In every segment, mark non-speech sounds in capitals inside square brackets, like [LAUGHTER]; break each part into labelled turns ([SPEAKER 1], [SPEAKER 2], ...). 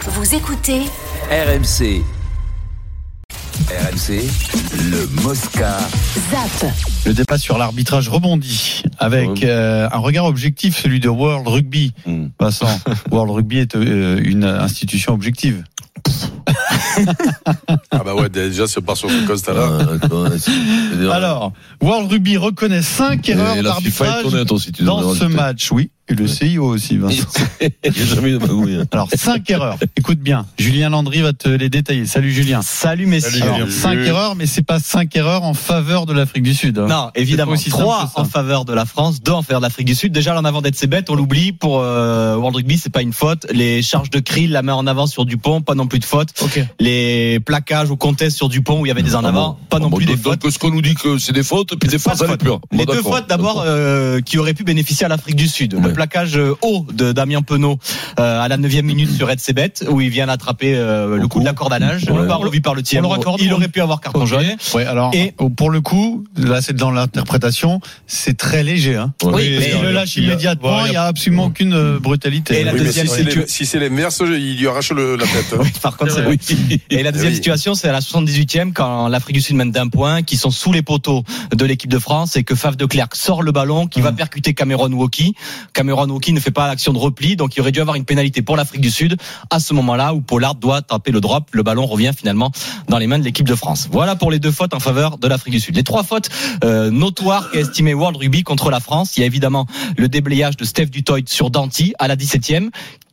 [SPEAKER 1] Vous écoutez
[SPEAKER 2] RMC. RMC, le Mosca.
[SPEAKER 1] ZAP.
[SPEAKER 3] Le débat sur l'arbitrage rebondit avec
[SPEAKER 4] Oui.
[SPEAKER 3] euh, un regard objectif, celui de World Rugby.
[SPEAKER 4] Hmm.
[SPEAKER 3] Vincent, World Rugby est euh, une institution objective.
[SPEAKER 5] Ah bah ouais, déjà, c'est par sur ce constat-là.
[SPEAKER 4] Ah,
[SPEAKER 3] Alors, World Rugby reconnaît cinq erreurs
[SPEAKER 4] la FIFA est
[SPEAKER 3] d'arbitrage
[SPEAKER 4] honnête aussi, tu
[SPEAKER 3] dans
[SPEAKER 4] devrais
[SPEAKER 3] ce
[SPEAKER 4] rajouter.
[SPEAKER 3] match. Oui, et le CIO aussi, Vincent.
[SPEAKER 4] [LAUGHS] Il y a jamais eu de magouille. hein.
[SPEAKER 3] Alors, cinq erreurs. Écoute bien, Julien Landry va te les détailler. Salut Julien.
[SPEAKER 6] Salut messieurs.
[SPEAKER 3] Alors, cinq erreurs, mais c'est pas cinq erreurs en faveur de l'Afrique du Sud. hein.
[SPEAKER 6] Non, évidemment.
[SPEAKER 3] pas aussi simple
[SPEAKER 6] Trois
[SPEAKER 3] que ça.
[SPEAKER 6] en faveur de la France, deux en faveur de l'Afrique du Sud. Déjà, là, en avant d'être c'est bête, on l'oublie. Pour euh, World Rugby, c'est pas une faute. Les charges de Krill, la main en avant sur Dupont, pas non plus de faute. Les plaquages ou contests sur Dupont où il y avait des en avant, pas non
[SPEAKER 4] Ah Bon,
[SPEAKER 6] plus
[SPEAKER 4] donc,
[SPEAKER 6] des fautes.
[SPEAKER 4] Donc, ce qu'on nous dit que c'est des fautes, puis des fautes,
[SPEAKER 6] Pas de
[SPEAKER 4] ça
[SPEAKER 6] faute.
[SPEAKER 4] n'est plus. Bon,
[SPEAKER 6] Les deux
[SPEAKER 4] d'accord,
[SPEAKER 6] fautes d'abord
[SPEAKER 4] d'accord.
[SPEAKER 6] euh, qui auraient pu bénéficier à l'Afrique du Sud.
[SPEAKER 4] Ouais.
[SPEAKER 6] Le plaquage euh, haut de Damien Penaud euh, à la 9 minute sur Ed Sebet où il vient attraper euh, le coup de la corde à nage.
[SPEAKER 4] Ouais.
[SPEAKER 6] Le bar vu par le TMO.
[SPEAKER 3] On le raccorde,
[SPEAKER 6] Il
[SPEAKER 3] on-
[SPEAKER 6] aurait pu avoir carton jaune.
[SPEAKER 3] Ouais, alors,
[SPEAKER 6] Et-
[SPEAKER 3] oh, pour le coup, là, c'est dans l'interprétation, c'est très léger. Hein.
[SPEAKER 4] Ouais.
[SPEAKER 6] Oui,
[SPEAKER 3] Et
[SPEAKER 6] mais
[SPEAKER 3] il le lâche
[SPEAKER 7] euh,
[SPEAKER 3] immédiatement, il n'y a absolument aucune euh, brutalité.
[SPEAKER 6] Et la
[SPEAKER 5] Oui, mais si
[SPEAKER 6] deuxième
[SPEAKER 5] c'est
[SPEAKER 6] situ-
[SPEAKER 5] les- si c'est l'inverse, il lui arrache le- la tête. hein.
[SPEAKER 6] Oui, par contre, c'est vrai. Eh Et la deuxième
[SPEAKER 5] Oui.
[SPEAKER 6] situation, c'est à la 78e, quand l'Afrique du Sud mène d'un point, qui sont sous les poteaux de l'équipe de France, et que Faf de Clercq sort le ballon, qui va percuter Cameron Walkie. Cameron Walkie ne fait pas l'action de repli, donc il aurait dû avoir une pénalité pour l'Afrique du Sud à ce moment-là où Pollard doit taper le drop. Le ballon revient finalement dans les mains de l'équipe de France. Voilà pour les deux fautes en faveur de l'Afrique du Sud. Les trois fautes euh, notoires qu'a estimé World Rugby contre la France. Il y a évidemment le déblayage de Steph Dutoit sur Danti à la 17e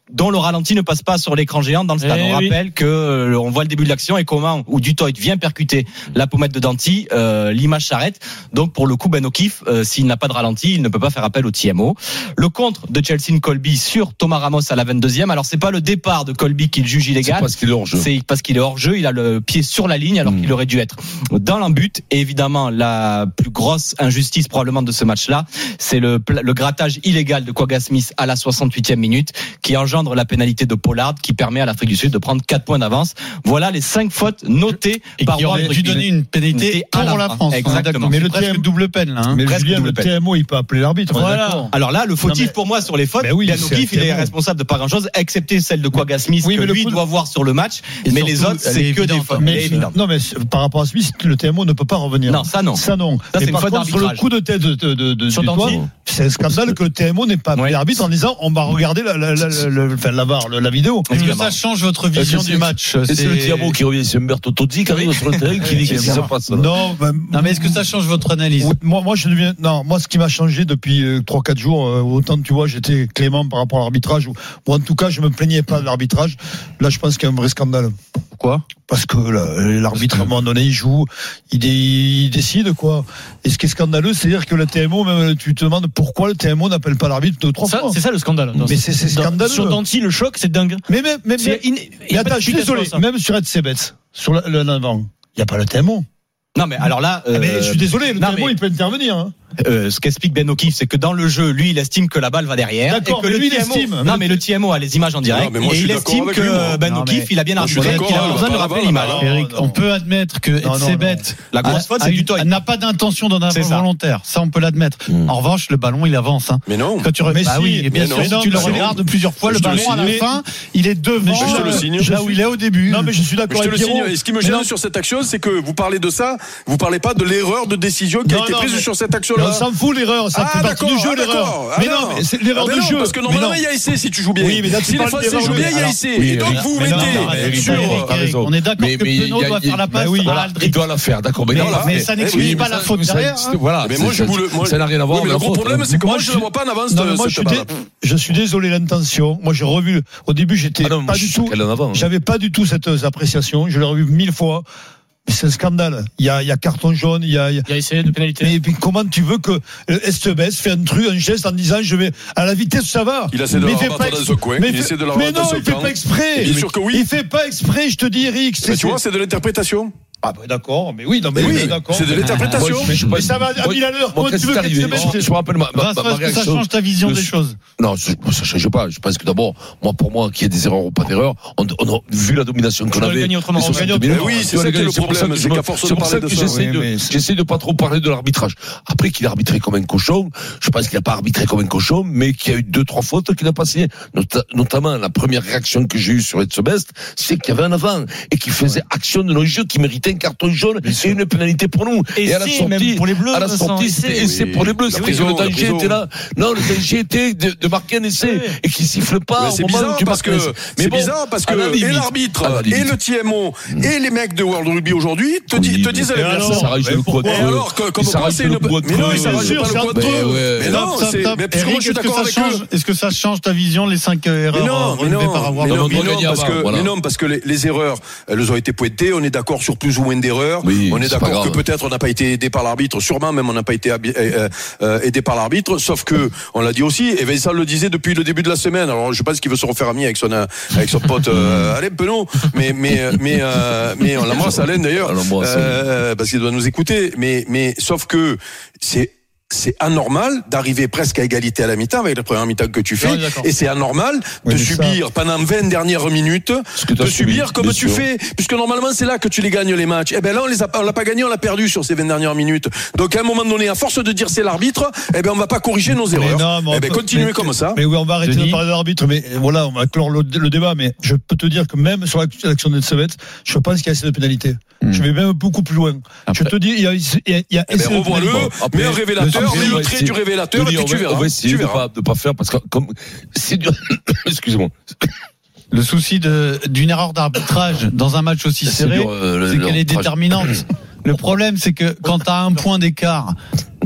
[SPEAKER 6] dont le ralenti ne passe pas sur l'écran géant dans le stade.
[SPEAKER 3] Eh
[SPEAKER 6] on
[SPEAKER 3] oui.
[SPEAKER 6] rappelle que euh, on voit le début de l'action et comment où Dutoit vient percuter la pommette de Danti, euh, l'image s'arrête. Donc pour le coup Ben O'Keefe, euh, s'il n'a pas de ralenti, il ne peut pas faire appel au TMO. Le contre de Chelsea Colby sur Thomas Ramos à la 22e. Alors c'est pas le départ de Colby qu'il juge
[SPEAKER 4] C'est
[SPEAKER 6] illégal.
[SPEAKER 4] parce qu'il est hors jeu.
[SPEAKER 6] C'est parce qu'il est hors jeu, il a le pied sur la ligne alors
[SPEAKER 4] Mm.
[SPEAKER 6] qu'il aurait dû être dans l'embut. Et évidemment, la plus grosse injustice probablement de ce match-là, c'est le, pla- le grattage illégal de Quagga Smith à la 68e minute qui engendre la pénalité de Pollard qui permet à l'Afrique du Sud de prendre 4 points d'avance. Voilà les 5 fautes notées
[SPEAKER 3] Et
[SPEAKER 6] par
[SPEAKER 3] qui
[SPEAKER 6] World
[SPEAKER 3] aurait dû
[SPEAKER 6] Rugby.
[SPEAKER 3] donner une pénalité
[SPEAKER 6] Pénalité
[SPEAKER 3] pour
[SPEAKER 6] à
[SPEAKER 3] la,
[SPEAKER 6] la
[SPEAKER 3] France.
[SPEAKER 6] France. Exactement.
[SPEAKER 3] Mais le
[SPEAKER 6] C'est presque
[SPEAKER 3] TM double peine, là. hein.
[SPEAKER 7] Mais
[SPEAKER 6] Presque
[SPEAKER 7] Julien,
[SPEAKER 6] double
[SPEAKER 7] le
[SPEAKER 6] peine.
[SPEAKER 7] TMO, il peut appeler l'arbitre. on est d'accord.
[SPEAKER 6] Alors là, le fautif
[SPEAKER 7] Non, mais-
[SPEAKER 6] pour moi sur les fautes,
[SPEAKER 7] Mais oui,
[SPEAKER 6] Yann
[SPEAKER 7] c'est
[SPEAKER 6] O'Keefe,
[SPEAKER 7] un
[SPEAKER 6] il est
[SPEAKER 7] terreau.
[SPEAKER 6] responsable de pas grand chose, excepté celle de Quagga Smith
[SPEAKER 7] Oui,
[SPEAKER 6] que
[SPEAKER 7] mais le
[SPEAKER 6] lui
[SPEAKER 7] coup de-
[SPEAKER 6] doit voir sur le match.
[SPEAKER 3] Et
[SPEAKER 6] mais
[SPEAKER 3] surtout,
[SPEAKER 6] les autres,
[SPEAKER 3] elle
[SPEAKER 6] c'est
[SPEAKER 3] est
[SPEAKER 6] que des
[SPEAKER 3] évidente,
[SPEAKER 6] fautes.
[SPEAKER 3] hein.
[SPEAKER 7] Mais-
[SPEAKER 6] Elle est évidente.
[SPEAKER 7] non, mais c'est- par rapport à Smith, le TMO ne peut pas revenir.
[SPEAKER 6] Non, ça non.
[SPEAKER 7] Ça non.
[SPEAKER 6] c'est
[SPEAKER 7] mais
[SPEAKER 6] une
[SPEAKER 7] par
[SPEAKER 6] faute
[SPEAKER 7] contre, sur le
[SPEAKER 6] d'arbitrage.
[SPEAKER 7] coup de tête de, de, de, de
[SPEAKER 6] Sur
[SPEAKER 7] Dutoit,
[SPEAKER 6] Danti.
[SPEAKER 7] c'est un scandale que le TMO n'ait pas appelé
[SPEAKER 6] Ouais.
[SPEAKER 7] l'arbitre en disant on va regarder la, la, la, la, la- enfin, la VAR, le- la vidéo.
[SPEAKER 3] Est-ce que
[SPEAKER 6] Évidemment.
[SPEAKER 3] ça change votre vision
[SPEAKER 4] Est-ce que
[SPEAKER 3] du
[SPEAKER 4] c'est-
[SPEAKER 3] match
[SPEAKER 4] Et c'est le Thiago qui revient, c'est Humberto Tozzi qui arrive sur le terrain qui dit qu'est-ce qui se passe. là
[SPEAKER 7] Non, bah,
[SPEAKER 3] Non, mais est-ce que ça change votre analyse
[SPEAKER 7] Oui, moi, moi, je deviens. Non, moi, ce qui m'a changé depuis euh, trois, quatre jours, euh, autant tu vois, j'étais clément par rapport à l'arbitrage, ou, ou en tout cas, je me plaignais pas de l'arbitrage. Là, je pense qu'il y a un vrai scandale.
[SPEAKER 3] Pourquoi
[SPEAKER 7] Parce que là, l'arbitre, à un moment donné, il joue, il, dé- il décide, quoi. Et ce qui est scandaleux, c'est-à-dire que le TMO, même, euh, tu te demandes pourquoi le TMO n'appelle pas l'arbitre deux, trois
[SPEAKER 8] Ça,
[SPEAKER 7] fois.
[SPEAKER 8] c'est ça le scandale. Dans-
[SPEAKER 7] Mais c'est c'est
[SPEAKER 8] dans-
[SPEAKER 7] scandaleux.
[SPEAKER 8] Sur Danti, le choc, c'est dingue.
[SPEAKER 7] Mais même, même,
[SPEAKER 8] C'est in- il
[SPEAKER 7] mais
[SPEAKER 8] y a pas
[SPEAKER 7] attends,
[SPEAKER 8] de
[SPEAKER 7] je suis
[SPEAKER 8] explication
[SPEAKER 7] désolé,
[SPEAKER 8] à ça.
[SPEAKER 7] même sur Ed Sebets, sur le- le- l'avant, il n'y a pas le TMO.
[SPEAKER 6] Non, mais alors là,
[SPEAKER 7] Eh ben,
[SPEAKER 6] euh,
[SPEAKER 7] je suis désolé, le
[SPEAKER 6] non,
[SPEAKER 7] TMO,
[SPEAKER 6] mais-
[SPEAKER 7] il peut intervenir. hein.
[SPEAKER 6] Euh, ce qu'explique Ben O'Keefe, c'est que dans le jeu, lui, il estime que la balle va derrière.
[SPEAKER 7] D'accord,
[SPEAKER 6] et que
[SPEAKER 7] mais
[SPEAKER 6] le
[SPEAKER 7] lui, il
[SPEAKER 6] TMO,
[SPEAKER 7] estime.
[SPEAKER 6] Non, mais le TMO a les images en direct.
[SPEAKER 5] Non, mais moi,
[SPEAKER 6] et
[SPEAKER 5] je suis
[SPEAKER 6] il
[SPEAKER 5] d'accord
[SPEAKER 6] estime
[SPEAKER 5] avec
[SPEAKER 6] que
[SPEAKER 5] lui, moi.
[SPEAKER 6] Ben
[SPEAKER 3] Non,
[SPEAKER 6] O'Keefe,
[SPEAKER 3] mais-
[SPEAKER 6] il a bien
[SPEAKER 7] Ah,
[SPEAKER 5] Moi, je suis
[SPEAKER 6] arbitré,
[SPEAKER 5] d'accord,
[SPEAKER 6] qu'il a
[SPEAKER 5] là,
[SPEAKER 6] besoin de
[SPEAKER 5] là,
[SPEAKER 6] rappeler
[SPEAKER 5] là,
[SPEAKER 6] l'image.
[SPEAKER 5] là, là.
[SPEAKER 3] Eric,
[SPEAKER 7] non.
[SPEAKER 3] on peut admettre que
[SPEAKER 7] Non, non,
[SPEAKER 3] Ed
[SPEAKER 7] non.
[SPEAKER 3] bête.
[SPEAKER 6] La grosse faute, c'est du toit.
[SPEAKER 3] n'a pas d'intention d'en
[SPEAKER 6] C'est
[SPEAKER 3] avoir
[SPEAKER 6] ça.
[SPEAKER 3] volontaire. Ça, on peut l'admettre.
[SPEAKER 4] Hmm.
[SPEAKER 3] En revanche, le ballon, il avance. hein.
[SPEAKER 5] Mais non.
[SPEAKER 3] Quand tu
[SPEAKER 7] Mais
[SPEAKER 3] bah
[SPEAKER 7] si,
[SPEAKER 3] oui, et bien
[SPEAKER 5] mais
[SPEAKER 3] sûr,
[SPEAKER 5] non,
[SPEAKER 3] si tu le
[SPEAKER 5] mais non.
[SPEAKER 3] regardes plusieurs fois,
[SPEAKER 5] Je
[SPEAKER 3] le
[SPEAKER 5] te le
[SPEAKER 3] ballon à la
[SPEAKER 5] signe.
[SPEAKER 3] fin, il est devant
[SPEAKER 7] Mais je te le
[SPEAKER 5] signe.
[SPEAKER 3] là où il est au début.
[SPEAKER 7] Non, mais je suis
[SPEAKER 5] Mais
[SPEAKER 7] d'accord
[SPEAKER 5] je te
[SPEAKER 7] avec
[SPEAKER 5] le signe.
[SPEAKER 7] Pierrot.
[SPEAKER 5] Et ce qui me
[SPEAKER 7] Mais
[SPEAKER 5] gêne
[SPEAKER 7] non,
[SPEAKER 5] sur cette action, c'est que vous parlez de ça, vous parlez pas de l'erreur de décision qui
[SPEAKER 7] Non,
[SPEAKER 5] a été
[SPEAKER 7] non,
[SPEAKER 5] prise
[SPEAKER 7] mais-
[SPEAKER 5] sur cette
[SPEAKER 7] Mais
[SPEAKER 5] action-là.
[SPEAKER 7] On s'en fout l'erreur, ça
[SPEAKER 5] Ah,
[SPEAKER 7] fait partie
[SPEAKER 5] d'accord,
[SPEAKER 7] du jeu
[SPEAKER 5] ah,
[SPEAKER 7] l'erreur.
[SPEAKER 5] d'accord, ah,
[SPEAKER 7] mais non, mais c'est l'erreur
[SPEAKER 5] Ah,
[SPEAKER 7] du
[SPEAKER 5] mais non,
[SPEAKER 7] jeu.
[SPEAKER 5] Parce que
[SPEAKER 7] Mais
[SPEAKER 5] normalement,
[SPEAKER 7] non.
[SPEAKER 5] il y a essai si tu joues bien.
[SPEAKER 7] Oui, mais là, tu
[SPEAKER 5] si les
[SPEAKER 7] parles
[SPEAKER 5] Français
[SPEAKER 7] d'erreur,
[SPEAKER 5] jouent
[SPEAKER 7] mais
[SPEAKER 5] bien, il y a
[SPEAKER 7] alors-
[SPEAKER 5] essai. Et donc, vous vous
[SPEAKER 3] Mais non,
[SPEAKER 5] mettez. Ah,
[SPEAKER 3] non, mais Eric,
[SPEAKER 5] sur-
[SPEAKER 3] Eric, Eric, on est d'accord
[SPEAKER 4] Mais-
[SPEAKER 3] que
[SPEAKER 4] mais il
[SPEAKER 3] Penaud
[SPEAKER 4] y a-
[SPEAKER 3] doit
[SPEAKER 4] il-
[SPEAKER 3] faire la passe
[SPEAKER 4] bah oui,
[SPEAKER 3] à
[SPEAKER 4] voilà, Il
[SPEAKER 3] Aldrit.
[SPEAKER 4] doit la faire, d'accord. Mais,
[SPEAKER 3] Mais,
[SPEAKER 4] voilà.
[SPEAKER 3] mais ça
[SPEAKER 5] Eh oui,
[SPEAKER 3] n'excuse
[SPEAKER 5] mais
[SPEAKER 3] pas la faute
[SPEAKER 4] ça-
[SPEAKER 3] derrière. hein.
[SPEAKER 4] Voilà.
[SPEAKER 5] Mais moi,
[SPEAKER 4] c'est-
[SPEAKER 5] je voulais. moi-
[SPEAKER 4] Ça n'a rien à voir
[SPEAKER 5] Oui, mais
[SPEAKER 4] avec la
[SPEAKER 5] le gros
[SPEAKER 4] faute. hein.
[SPEAKER 5] problème, c'est que
[SPEAKER 7] Moi,
[SPEAKER 5] moi,
[SPEAKER 7] je-
[SPEAKER 5] je ne vois pas en avance
[SPEAKER 7] Non, mais moi,
[SPEAKER 5] de
[SPEAKER 7] je suis,
[SPEAKER 5] cette balle.
[SPEAKER 7] dé- je suis désolé l'intention. Moi, j'ai revu. Au début, j'étais
[SPEAKER 4] Ah non,
[SPEAKER 7] pas
[SPEAKER 4] moi, je
[SPEAKER 7] du
[SPEAKER 4] suis
[SPEAKER 7] tout.
[SPEAKER 4] calé en avant. hein.
[SPEAKER 7] J'avais pas du tout cette euh, appréciation. Je l'ai revu mille fois. Mais c'est un scandale. Il y a, il y a carton jaune. Il y a. il y a-
[SPEAKER 8] Il y a essayé de pénalité.
[SPEAKER 7] Mais, mais comment tu veux que euh, Estebes fait un truc, un geste en disant je vais à la vitesse ça va.
[SPEAKER 5] Il essaie de
[SPEAKER 7] Mais
[SPEAKER 5] la
[SPEAKER 7] fait
[SPEAKER 5] rabattre
[SPEAKER 7] pas
[SPEAKER 5] dans
[SPEAKER 7] ex-
[SPEAKER 5] ce coin.
[SPEAKER 7] Mais,
[SPEAKER 5] Il
[SPEAKER 7] fait-
[SPEAKER 5] essaie de la
[SPEAKER 7] mais
[SPEAKER 5] rabattre
[SPEAKER 7] non,
[SPEAKER 5] dans ce
[SPEAKER 7] il fait
[SPEAKER 5] camp.
[SPEAKER 7] pas exprès.
[SPEAKER 5] Bien sûr que oui.
[SPEAKER 7] Il fait pas exprès, je te dis Eric.
[SPEAKER 5] Mais
[SPEAKER 7] C'est-
[SPEAKER 5] tu vois, c'est de l'interprétation.
[SPEAKER 7] Ah, bah, d'accord, mais oui, non, mais,
[SPEAKER 5] Mais oui,
[SPEAKER 7] d'accord.
[SPEAKER 5] c'est de
[SPEAKER 7] Mais-
[SPEAKER 5] l'interprétation.
[SPEAKER 4] je sais
[SPEAKER 7] Mais ça va à
[SPEAKER 4] Moi,
[SPEAKER 7] mille à l'heure.
[SPEAKER 4] moi,
[SPEAKER 7] Comment
[SPEAKER 4] quand
[SPEAKER 7] tu veux
[SPEAKER 4] c'est
[SPEAKER 7] que
[SPEAKER 4] arrivé,
[SPEAKER 7] c'est
[SPEAKER 4] je, je me rappelle
[SPEAKER 7] Ah,
[SPEAKER 4] ma, ma,
[SPEAKER 5] Bah,
[SPEAKER 3] Vincent,
[SPEAKER 4] ma
[SPEAKER 3] est-ce que ça
[SPEAKER 4] réaction.
[SPEAKER 3] change ta vision
[SPEAKER 4] de-
[SPEAKER 3] des choses
[SPEAKER 4] Non, je- ça change pas. Je pense que d'abord, moi, pour moi, qu'il y ait des erreurs ou pas d'erreurs, on, on a vu la domination qu'on
[SPEAKER 8] doit le
[SPEAKER 4] avait.
[SPEAKER 8] gagner autrement,
[SPEAKER 4] les
[SPEAKER 8] on gagne
[SPEAKER 4] 60
[SPEAKER 5] autrement.
[SPEAKER 4] minutes,
[SPEAKER 5] Oui,
[SPEAKER 4] on
[SPEAKER 5] c'est
[SPEAKER 4] doit le
[SPEAKER 5] ça qui est le
[SPEAKER 4] gagner. pour ça
[SPEAKER 5] problème,
[SPEAKER 4] que je
[SPEAKER 5] c'est
[SPEAKER 4] me-
[SPEAKER 5] qu'à force de
[SPEAKER 4] c'est pour
[SPEAKER 5] parler
[SPEAKER 4] ça
[SPEAKER 5] de
[SPEAKER 4] que
[SPEAKER 5] ça,
[SPEAKER 4] j'essaie
[SPEAKER 7] oui,
[SPEAKER 4] de-
[SPEAKER 7] mais c'est-
[SPEAKER 4] J'essaie de pas trop parler de l'arbitrage. Après qu'il a arbitré comme un cochon, je pense qu'il n'a pas arbitré comme un cochon, mais qu'il y a eu deux, trois fautes qu'il a passées. Nota- notamment, la première réaction que j'ai eue sur Etzebest, c'est qu'il y avait un avant et qu'il faisait action de nos jeux qui méritait un carton jaune et une pénalité pour nous.
[SPEAKER 8] Et
[SPEAKER 4] à la
[SPEAKER 8] c'est, même
[SPEAKER 4] sortie,
[SPEAKER 8] pour les Bleus,
[SPEAKER 4] à la
[SPEAKER 8] Vincent,
[SPEAKER 4] sortie,
[SPEAKER 8] et
[SPEAKER 4] c'était-
[SPEAKER 8] c'est.
[SPEAKER 4] et c'est pour les bleus.
[SPEAKER 5] La
[SPEAKER 4] c'est
[SPEAKER 5] prison,
[SPEAKER 4] que le
[SPEAKER 5] la
[SPEAKER 4] danger
[SPEAKER 5] prison.
[SPEAKER 4] était là. Non, le danger était de, de marquer un essai
[SPEAKER 8] Ouais.
[SPEAKER 4] et qui siffle pas
[SPEAKER 5] Mais
[SPEAKER 4] au
[SPEAKER 5] c'est
[SPEAKER 4] moment où
[SPEAKER 5] bizarre
[SPEAKER 4] tu
[SPEAKER 5] parce
[SPEAKER 4] marques un
[SPEAKER 5] que
[SPEAKER 4] essai.
[SPEAKER 5] c'est
[SPEAKER 4] bon,
[SPEAKER 5] bizarre parce
[SPEAKER 4] à la
[SPEAKER 5] que et
[SPEAKER 4] limite, à
[SPEAKER 5] l'arbitre
[SPEAKER 4] la
[SPEAKER 5] et
[SPEAKER 4] limite. Mm.
[SPEAKER 5] le TMO et les mecs de World Rugby aujourd'hui te, di-
[SPEAKER 4] Oui,
[SPEAKER 5] te
[SPEAKER 4] mais-
[SPEAKER 5] disent à
[SPEAKER 4] mais
[SPEAKER 5] l'adversaire.
[SPEAKER 4] alors, ça rajoute
[SPEAKER 7] mais
[SPEAKER 4] le
[SPEAKER 7] pourquoi-
[SPEAKER 4] quad.
[SPEAKER 5] Et alors, que- comme quoi, c'est une-
[SPEAKER 4] boîte.
[SPEAKER 5] Mais non, ils s'arrangent
[SPEAKER 7] sûr,
[SPEAKER 5] pas
[SPEAKER 7] c'est
[SPEAKER 5] le
[SPEAKER 7] un
[SPEAKER 5] quad.
[SPEAKER 7] truc.
[SPEAKER 5] Mais non,
[SPEAKER 3] Top, top,
[SPEAKER 5] c'est-
[SPEAKER 3] top.
[SPEAKER 5] mais parce que
[SPEAKER 3] Eric,
[SPEAKER 5] moi, je suis
[SPEAKER 3] est-ce que
[SPEAKER 5] d'accord
[SPEAKER 3] ça
[SPEAKER 5] avec eux.
[SPEAKER 3] change- Est-ce que ça change ta vision, les 5
[SPEAKER 5] Mais
[SPEAKER 3] erreurs
[SPEAKER 5] non,
[SPEAKER 3] euh,
[SPEAKER 5] mais non,
[SPEAKER 3] relevées par avoir
[SPEAKER 5] mais non,
[SPEAKER 4] Arnaud
[SPEAKER 5] mais non,
[SPEAKER 4] Grenier
[SPEAKER 5] parce
[SPEAKER 4] avant,
[SPEAKER 5] que,
[SPEAKER 4] voilà.
[SPEAKER 5] mais non, parce que les, les erreurs, elles ont été pointées. On est d'accord sur plus ou moins d'erreurs.
[SPEAKER 4] Oui,
[SPEAKER 5] on est
[SPEAKER 4] c'est pas
[SPEAKER 5] d'accord que
[SPEAKER 4] grave.
[SPEAKER 5] peut-être on n'a pas été aidé par l'arbitre. Sûrement même on n'a pas été habi- euh, euh, aidé par l'arbitre. Sauf que on l'a dit aussi. Et Vincent le disait depuis le début de la semaine. Alors je pense qu'il veut se refaire ami avec son euh, avec son pote
[SPEAKER 4] [LAUGHS]
[SPEAKER 5] euh, Alain Penon. Mais mais euh, mais euh, mais on l'embrasse Alain d'ailleurs.
[SPEAKER 4] On l'embrasse, oui.
[SPEAKER 5] Euh, parce qu'il doit nous écouter. Mais mais sauf que c'est c'est anormal d'arriver presque à égalité à la mi-temps avec la première mi-temps que tu fais.
[SPEAKER 8] Oui, d'accord.
[SPEAKER 5] et c'est anormal
[SPEAKER 7] Oui, mais
[SPEAKER 5] de
[SPEAKER 7] ça-
[SPEAKER 5] subir pendant 20 dernières minutes,
[SPEAKER 4] Ce que
[SPEAKER 5] de
[SPEAKER 4] t'as subi,
[SPEAKER 5] subir comme
[SPEAKER 4] bien
[SPEAKER 5] tu
[SPEAKER 4] sûr.
[SPEAKER 5] fais, puisque normalement c'est là que tu les gagnes les matchs. Eh ben là on les a pas, on l'a pas gagné, on l'a perdu sur ces 20 dernières minutes. Donc à un moment donné, à force de dire c'est l'arbitre, eh ben on va pas corriger nos
[SPEAKER 7] Mais
[SPEAKER 5] erreurs.
[SPEAKER 7] non, mais on
[SPEAKER 5] eh ben
[SPEAKER 7] peut-
[SPEAKER 5] continuez
[SPEAKER 7] mais-
[SPEAKER 5] comme ça.
[SPEAKER 7] Mais oui, on va arrêter
[SPEAKER 8] Denis
[SPEAKER 7] de parler de l'arbitre, mais voilà, on va clore le, le débat. Mais je peux te dire que même sur l'ac- l'action de Sebet, je pense qu'il y a assez de pénalités. Je vais même beaucoup plus loin. je te dis, il y a, il y a, il y a
[SPEAKER 5] Eh ben
[SPEAKER 7] assez de
[SPEAKER 5] revois-le,
[SPEAKER 7] pénalités.
[SPEAKER 5] mets un révélateur,
[SPEAKER 4] Après,
[SPEAKER 5] mets
[SPEAKER 4] on
[SPEAKER 5] le
[SPEAKER 4] va
[SPEAKER 5] trait
[SPEAKER 4] essayer-
[SPEAKER 5] du révélateur,
[SPEAKER 4] Denis,
[SPEAKER 5] et puis
[SPEAKER 4] on
[SPEAKER 5] tu
[SPEAKER 4] va-
[SPEAKER 5] verras.
[SPEAKER 4] On va
[SPEAKER 5] Tu
[SPEAKER 4] essayer de
[SPEAKER 5] verras.
[SPEAKER 4] pas, de pas faire parce que comme c'est dur. [COUGHS] Excusez-moi.
[SPEAKER 3] Le souci de- d'une erreur d'arbitrage dans un match aussi serré,
[SPEAKER 4] dur, euh, le-
[SPEAKER 3] c'est qu'elle est
[SPEAKER 4] l'arbitrage. [COUGHS]
[SPEAKER 3] déterminante. Le problème, c'est que quand tu as un point d'écart,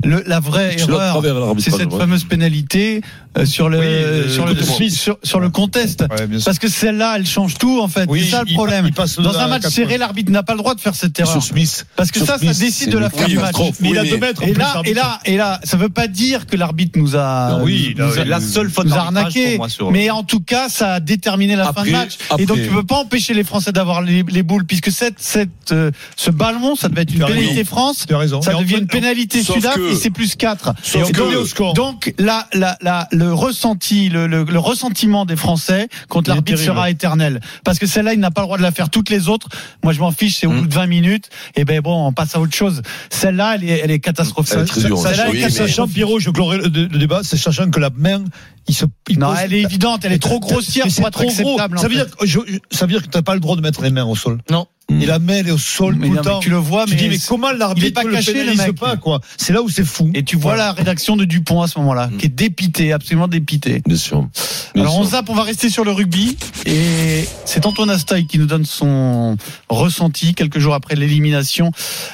[SPEAKER 3] le- la vraie
[SPEAKER 4] Je l'ai à
[SPEAKER 3] erreur,
[SPEAKER 4] travers l'arbitrage,
[SPEAKER 3] c'est cette
[SPEAKER 4] ouais.
[SPEAKER 3] fameuse pénalité euh, sur le
[SPEAKER 7] Oui, euh,
[SPEAKER 3] sur le
[SPEAKER 7] écoute-moi.
[SPEAKER 3] sur, sur le contest.
[SPEAKER 7] Ouais, bien sûr.
[SPEAKER 3] Parce que celle-là, elle change tout en fait.
[SPEAKER 7] Oui,
[SPEAKER 3] c'est ça le
[SPEAKER 7] il-
[SPEAKER 3] problème.
[SPEAKER 7] il passe
[SPEAKER 3] Dans
[SPEAKER 7] à
[SPEAKER 3] un match
[SPEAKER 7] 80.
[SPEAKER 3] serré, l'arbitre n'a pas le droit de faire cette erreur.
[SPEAKER 4] Sur Smith.
[SPEAKER 3] Parce que
[SPEAKER 4] Sur
[SPEAKER 3] ça, ça
[SPEAKER 4] Smith,
[SPEAKER 3] décide
[SPEAKER 4] c'est
[SPEAKER 3] de la
[SPEAKER 4] une
[SPEAKER 3] faire du match.
[SPEAKER 4] catastrophe.
[SPEAKER 7] Mais il a
[SPEAKER 5] Oui,
[SPEAKER 7] deux
[SPEAKER 5] mais-
[SPEAKER 7] mètres. en
[SPEAKER 3] Et
[SPEAKER 7] plus,
[SPEAKER 3] là, et
[SPEAKER 7] l'arbitre.
[SPEAKER 3] là, et là, ça veut pas dire que l'arbitre nous a,
[SPEAKER 7] Non, oui, il a-
[SPEAKER 3] nous a-
[SPEAKER 7] la
[SPEAKER 8] seule faute
[SPEAKER 3] nous a
[SPEAKER 8] d'arbitrage
[SPEAKER 3] arnaqué.
[SPEAKER 8] pour moi sur-
[SPEAKER 3] Mais en tout cas, ça a déterminé la fin
[SPEAKER 4] Après-
[SPEAKER 3] de match.
[SPEAKER 4] après-
[SPEAKER 3] Et donc, tu peux pas empêcher les Français d'avoir les, les boules, puisque cette, cette, euh, ce ballon, ça devait être une
[SPEAKER 7] Tu as raison.
[SPEAKER 3] pénalité France.
[SPEAKER 7] Tu as raison.
[SPEAKER 3] Ça
[SPEAKER 7] Et en
[SPEAKER 3] devient
[SPEAKER 7] fait-
[SPEAKER 3] une pénalité
[SPEAKER 5] sauf
[SPEAKER 3] Sudaf
[SPEAKER 5] que-
[SPEAKER 3] et c'est plus 4.
[SPEAKER 5] sauf
[SPEAKER 3] Et donc,
[SPEAKER 5] que-
[SPEAKER 3] au score. donc là, là, là, le ressenti, le, le, le ressentiment des Français contre
[SPEAKER 7] Il est
[SPEAKER 3] l'arbitre
[SPEAKER 7] terrible.
[SPEAKER 3] sera éternel. Parce que celle-là, il n'a pas le droit de la faire. Toutes les autres, moi, je m'en fiche, c'est au
[SPEAKER 7] Mm.
[SPEAKER 3] bout de 20 minutes. Et ben bon, on passe à autre chose. Celle-là, elle est, elle est catastrophique.
[SPEAKER 4] Elle est très dure,
[SPEAKER 3] Celle-là,
[SPEAKER 4] hein.
[SPEAKER 3] elle est
[SPEAKER 5] Oui, mais-
[SPEAKER 3] catastrophique.
[SPEAKER 7] Sachant, Pierrot, je clorai le, le débat, c'est sachant que la main, il se. il
[SPEAKER 3] Non,
[SPEAKER 7] pose-
[SPEAKER 3] elle est évidente, elle est trop grossière,
[SPEAKER 7] Mais
[SPEAKER 3] c'est
[SPEAKER 7] c'est
[SPEAKER 3] pas trop gros.
[SPEAKER 7] acceptable, Ça veut dire que je- je- ça veut dire que t'as pas le droit de mettre les mains au sol.
[SPEAKER 8] Non.
[SPEAKER 7] Et la main, elle est au sol
[SPEAKER 3] Mais
[SPEAKER 7] tout
[SPEAKER 3] non,
[SPEAKER 7] le
[SPEAKER 3] mais
[SPEAKER 7] temps.
[SPEAKER 3] tu le vois,
[SPEAKER 7] Tu
[SPEAKER 3] mais
[SPEAKER 7] dis, mais
[SPEAKER 3] c'est-
[SPEAKER 7] comment l'arbitre
[SPEAKER 3] il est pas
[SPEAKER 7] le
[SPEAKER 3] caché, le
[SPEAKER 7] pénalise
[SPEAKER 3] mec.
[SPEAKER 7] pas, quoi. C'est là où c'est fou.
[SPEAKER 3] Et tu vois la rédaction de Dupont à ce moment-là, qui est dépitée, absolument dépitée.
[SPEAKER 4] Bien sûr. Mm. Bien
[SPEAKER 3] Alors on
[SPEAKER 4] sûr.
[SPEAKER 3] zappe, on va rester sur le rugby et c'est Antoine Astaï qui nous donne son ressenti quelques jours après l'élimination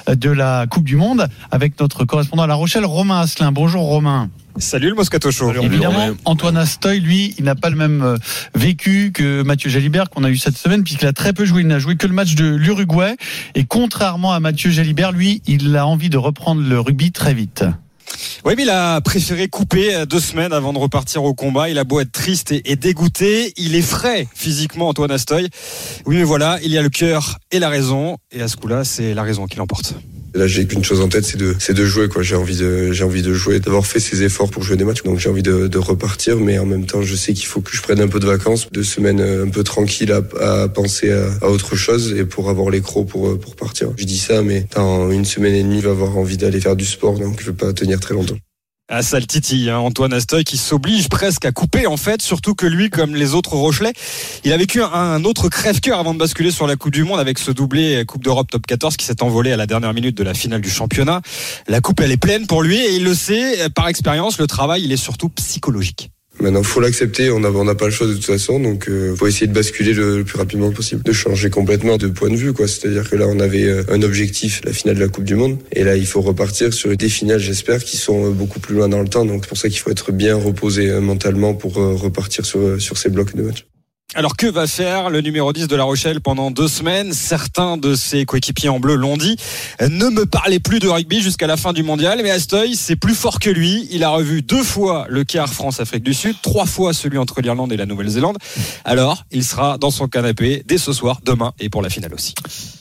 [SPEAKER 3] de la Coupe du Monde avec notre correspondant à La Rochelle, Romain Asselin. Bonjour Romain.
[SPEAKER 1] Salut le Moscato Show.
[SPEAKER 3] Évidemment,
[SPEAKER 4] Romain.
[SPEAKER 3] Antoine Astoy, lui, il n'a pas le même euh, vécu que Mathieu Jalibert qu'on a eu cette semaine, puisqu'il a très peu joué. Il n'a joué que le match de l'Uruguay. Et contrairement à Mathieu Jalibert, lui, il a envie de reprendre le rugby très vite.
[SPEAKER 1] Oui, mais il a préféré couper euh, deux semaines avant de repartir au combat. Il a beau être triste et, et dégoûté, il est frais physiquement, Antoine Astoy. Oui, mais voilà, il y a le cœur et la raison. Et à ce coup-là, c'est la raison qui l'emporte.
[SPEAKER 9] Et Là, j'ai qu'une chose en tête, c'est de, c'est de jouer, quoi. J'ai envie de, j'ai envie de jouer, d'avoir fait ces efforts pour jouer des matchs. Donc, j'ai envie de, de repartir, mais en même temps, je sais qu'il faut que je prenne un peu de vacances, deux semaines euh, un peu tranquilles à, à penser à, à autre chose et pour avoir les crocs pour, euh, pour partir. Je dis ça, mais dans une semaine et demie, je vais avoir envie d'aller faire du sport, donc je vais pas tenir très longtemps.
[SPEAKER 1] Ah, ça le titille, hein, Antoine Astoy qui s'oblige presque à couper en fait, surtout que lui, comme les autres Rochelais, il a vécu un, un autre crève-cœur avant de basculer sur la Coupe du Monde avec ce doublé Coupe d'Europe Top 14 qui s'est envolé à la dernière minute de la finale du championnat. La coupe, elle est pleine pour lui et il le sait, euh, par expérience, le travail, il est surtout psychologique.
[SPEAKER 9] Maintenant, faut l'accepter. On n'a on n'a pas le choix de toute façon, donc euh, faut essayer de basculer le, le plus rapidement possible, de changer complètement de point de vue, quoi. C'est-à-dire que là, on avait euh, un objectif, la finale de la Coupe du Monde, et là, il faut repartir sur des finales, j'espère, qui sont euh, beaucoup plus loin dans le temps. Donc, c'est pour ça qu'il faut être bien reposé euh, mentalement pour euh, repartir sur euh, sur ces blocs de match.
[SPEAKER 1] Alors que va faire le numéro 10 de La Rochelle pendant deux semaines Certains de ses coéquipiers en bleu l'ont dit. Ne me parlez plus de rugby jusqu'à la fin du mondial, mais Astoy, c'est plus fort que lui. Il a revu deux fois le quart France-Afrique du Sud, trois fois celui entre l'Irlande et la Nouvelle-Zélande. Alors, il sera dans son canapé dès ce soir, demain et pour la finale aussi.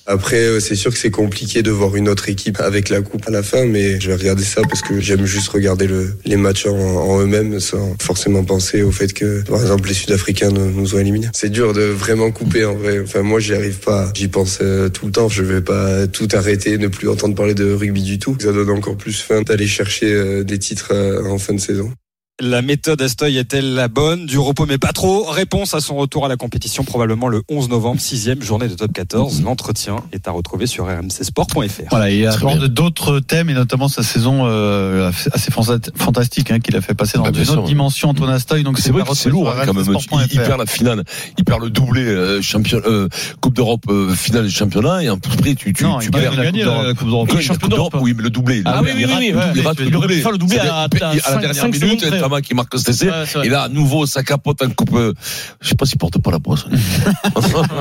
[SPEAKER 9] Après, euh, c'est sûr que c'est compliqué de voir une autre équipe avec la coupe à la fin, mais je vais regarder ça parce que j'aime juste regarder le, les matchs en, en eux-mêmes sans forcément penser au fait que, par exemple, les Sud-Africains nous, nous ont éliminés. C'est dur de vraiment couper en vrai. Enfin, moi, j'y arrive pas. J'y pense euh, tout le temps. Je vais pas tout arrêter, ne plus entendre parler de rugby du tout. Ça donne encore plus faim d'aller chercher euh, des titres euh, en fin de saison.
[SPEAKER 1] La méthode Astoy est-elle la bonne Du repos mais pas trop Réponse à son retour à la compétition probablement le 11 novembre, sixième journée de top 14. L'entretien est à retrouver sur rmcsport.fr.
[SPEAKER 3] Voilà, et
[SPEAKER 4] Très
[SPEAKER 3] aborde
[SPEAKER 4] bien.
[SPEAKER 3] d'autres thèmes, et notamment sa saison euh, assez fanta- fantastique hein, qu'il a fait passer dans
[SPEAKER 4] Bah, bien
[SPEAKER 3] une
[SPEAKER 4] sûr,
[SPEAKER 3] autre
[SPEAKER 4] ouais.
[SPEAKER 3] dimension, Antoine Astoy. Donc
[SPEAKER 4] C'est vrai que c'est lourd hein, quand même. Il, il perd la finale, il perd le doublé euh, champion, euh, Coupe d'Europe euh, finale de championnat et après tu tu,
[SPEAKER 3] Non,
[SPEAKER 4] tu
[SPEAKER 3] il
[SPEAKER 4] perds
[SPEAKER 3] gagne la Coupe d'Europe.
[SPEAKER 4] Il gagne la Coupe d'Europe, oui, mais le doublé.
[SPEAKER 8] Ah oui, oui, oui, oui, ouais.
[SPEAKER 4] il rate le
[SPEAKER 8] Il aurait pu
[SPEAKER 4] doublé.
[SPEAKER 8] faire le doublé
[SPEAKER 4] C'est-à-dire,
[SPEAKER 8] à-
[SPEAKER 4] il-
[SPEAKER 8] à
[SPEAKER 4] à la
[SPEAKER 8] cinq-
[SPEAKER 4] dernière
[SPEAKER 8] cinq
[SPEAKER 4] minute,
[SPEAKER 8] secondes près.
[SPEAKER 4] Tama qui marque cet essai.
[SPEAKER 8] Ouais, c'est vrai.
[SPEAKER 4] Et là, à nouveau, ça capote en coupe. euh, Je sais pas s'il porte pas la poisse.
[SPEAKER 8] [LAUGHS]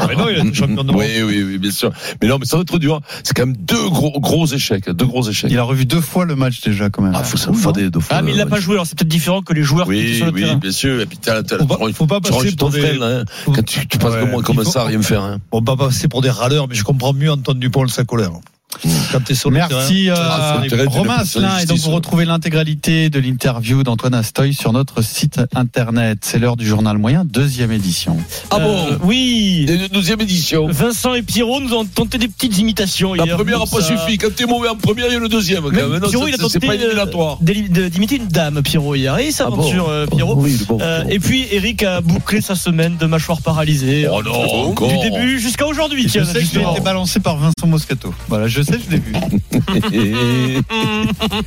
[SPEAKER 8] Mais non, il a
[SPEAKER 4] [LAUGHS]
[SPEAKER 8] été champion d'Europe.
[SPEAKER 4] Oui, oui, oui, bien sûr. Mais non, mais ça va être dur. hein. C'est quand même deux gros, gros échecs, deux gros échecs.
[SPEAKER 3] Il a revu deux fois le match déjà quand même.
[SPEAKER 4] Ah, faut ça faut faire des deux fois.
[SPEAKER 8] Ah, mais il l'a
[SPEAKER 4] ouais.
[SPEAKER 8] pas joué, alors c'est peut-être différent que les joueurs qui étaient
[SPEAKER 4] euh, Oui,
[SPEAKER 8] sur le
[SPEAKER 4] oui,
[SPEAKER 8] terrain.
[SPEAKER 4] bien sûr. Et puis t'as, t'as,
[SPEAKER 7] Faut pas-
[SPEAKER 4] tu ranges-
[SPEAKER 7] faut pas
[SPEAKER 4] tu
[SPEAKER 7] passer
[SPEAKER 4] ranges
[SPEAKER 7] pour
[SPEAKER 4] ton
[SPEAKER 7] des-
[SPEAKER 4] frêle, hein. Quand tu, tu passes
[SPEAKER 7] Ouais,
[SPEAKER 4] le moins comme
[SPEAKER 7] il faut-
[SPEAKER 4] ça, à rien faire. Hein.
[SPEAKER 7] Bon, pas passer pour des râleurs, mais je comprends mieux Antoine Dupont le sa colère. Quand t'es sur le terrain.
[SPEAKER 3] Merci euh,
[SPEAKER 4] Ah, c'est intérêt d'une
[SPEAKER 3] Romain
[SPEAKER 4] personne
[SPEAKER 3] Asselin. Et donc
[SPEAKER 4] justice,
[SPEAKER 7] hein.
[SPEAKER 3] vous
[SPEAKER 4] ouais.
[SPEAKER 3] retrouvez l'intégralité de l'interview d'Antoine Astoy sur notre site internet. C'est l'heure du journal moyen, deuxième édition.
[SPEAKER 4] Ah bon
[SPEAKER 8] Euh, Oui
[SPEAKER 4] Et de deuxième édition.
[SPEAKER 8] Vincent et Pierrot nous ont tenté des petites imitations
[SPEAKER 4] La
[SPEAKER 8] hier.
[SPEAKER 4] première n'a
[SPEAKER 8] Donc
[SPEAKER 4] pas
[SPEAKER 8] ça-
[SPEAKER 4] suffi. Quand t'es mauvais en première, il y a le deuxième. Quand
[SPEAKER 8] Même
[SPEAKER 4] même. Non,
[SPEAKER 8] Pierrot,
[SPEAKER 4] c'est-
[SPEAKER 8] il a
[SPEAKER 4] c'est- c'est
[SPEAKER 8] tenté
[SPEAKER 4] pas
[SPEAKER 8] euh,
[SPEAKER 4] éliminatoire.
[SPEAKER 8] d'éli- de- d'imiter une dame, Pierrot, hier. Et il s'aventure, euh, Pierrot.
[SPEAKER 4] Oui, bon.
[SPEAKER 8] Euh, et puis Eric a bouclé sa semaine de mâchoire paralysée.
[SPEAKER 4] Oh non, encore.
[SPEAKER 8] du début jusqu'à aujourd'hui.
[SPEAKER 3] Je
[SPEAKER 8] tiens,
[SPEAKER 3] sais qu'il a
[SPEAKER 8] justement.
[SPEAKER 3] été balancé par Vincent Moscato. Voilà, je sais, je l'ai vu.
[SPEAKER 4] bon.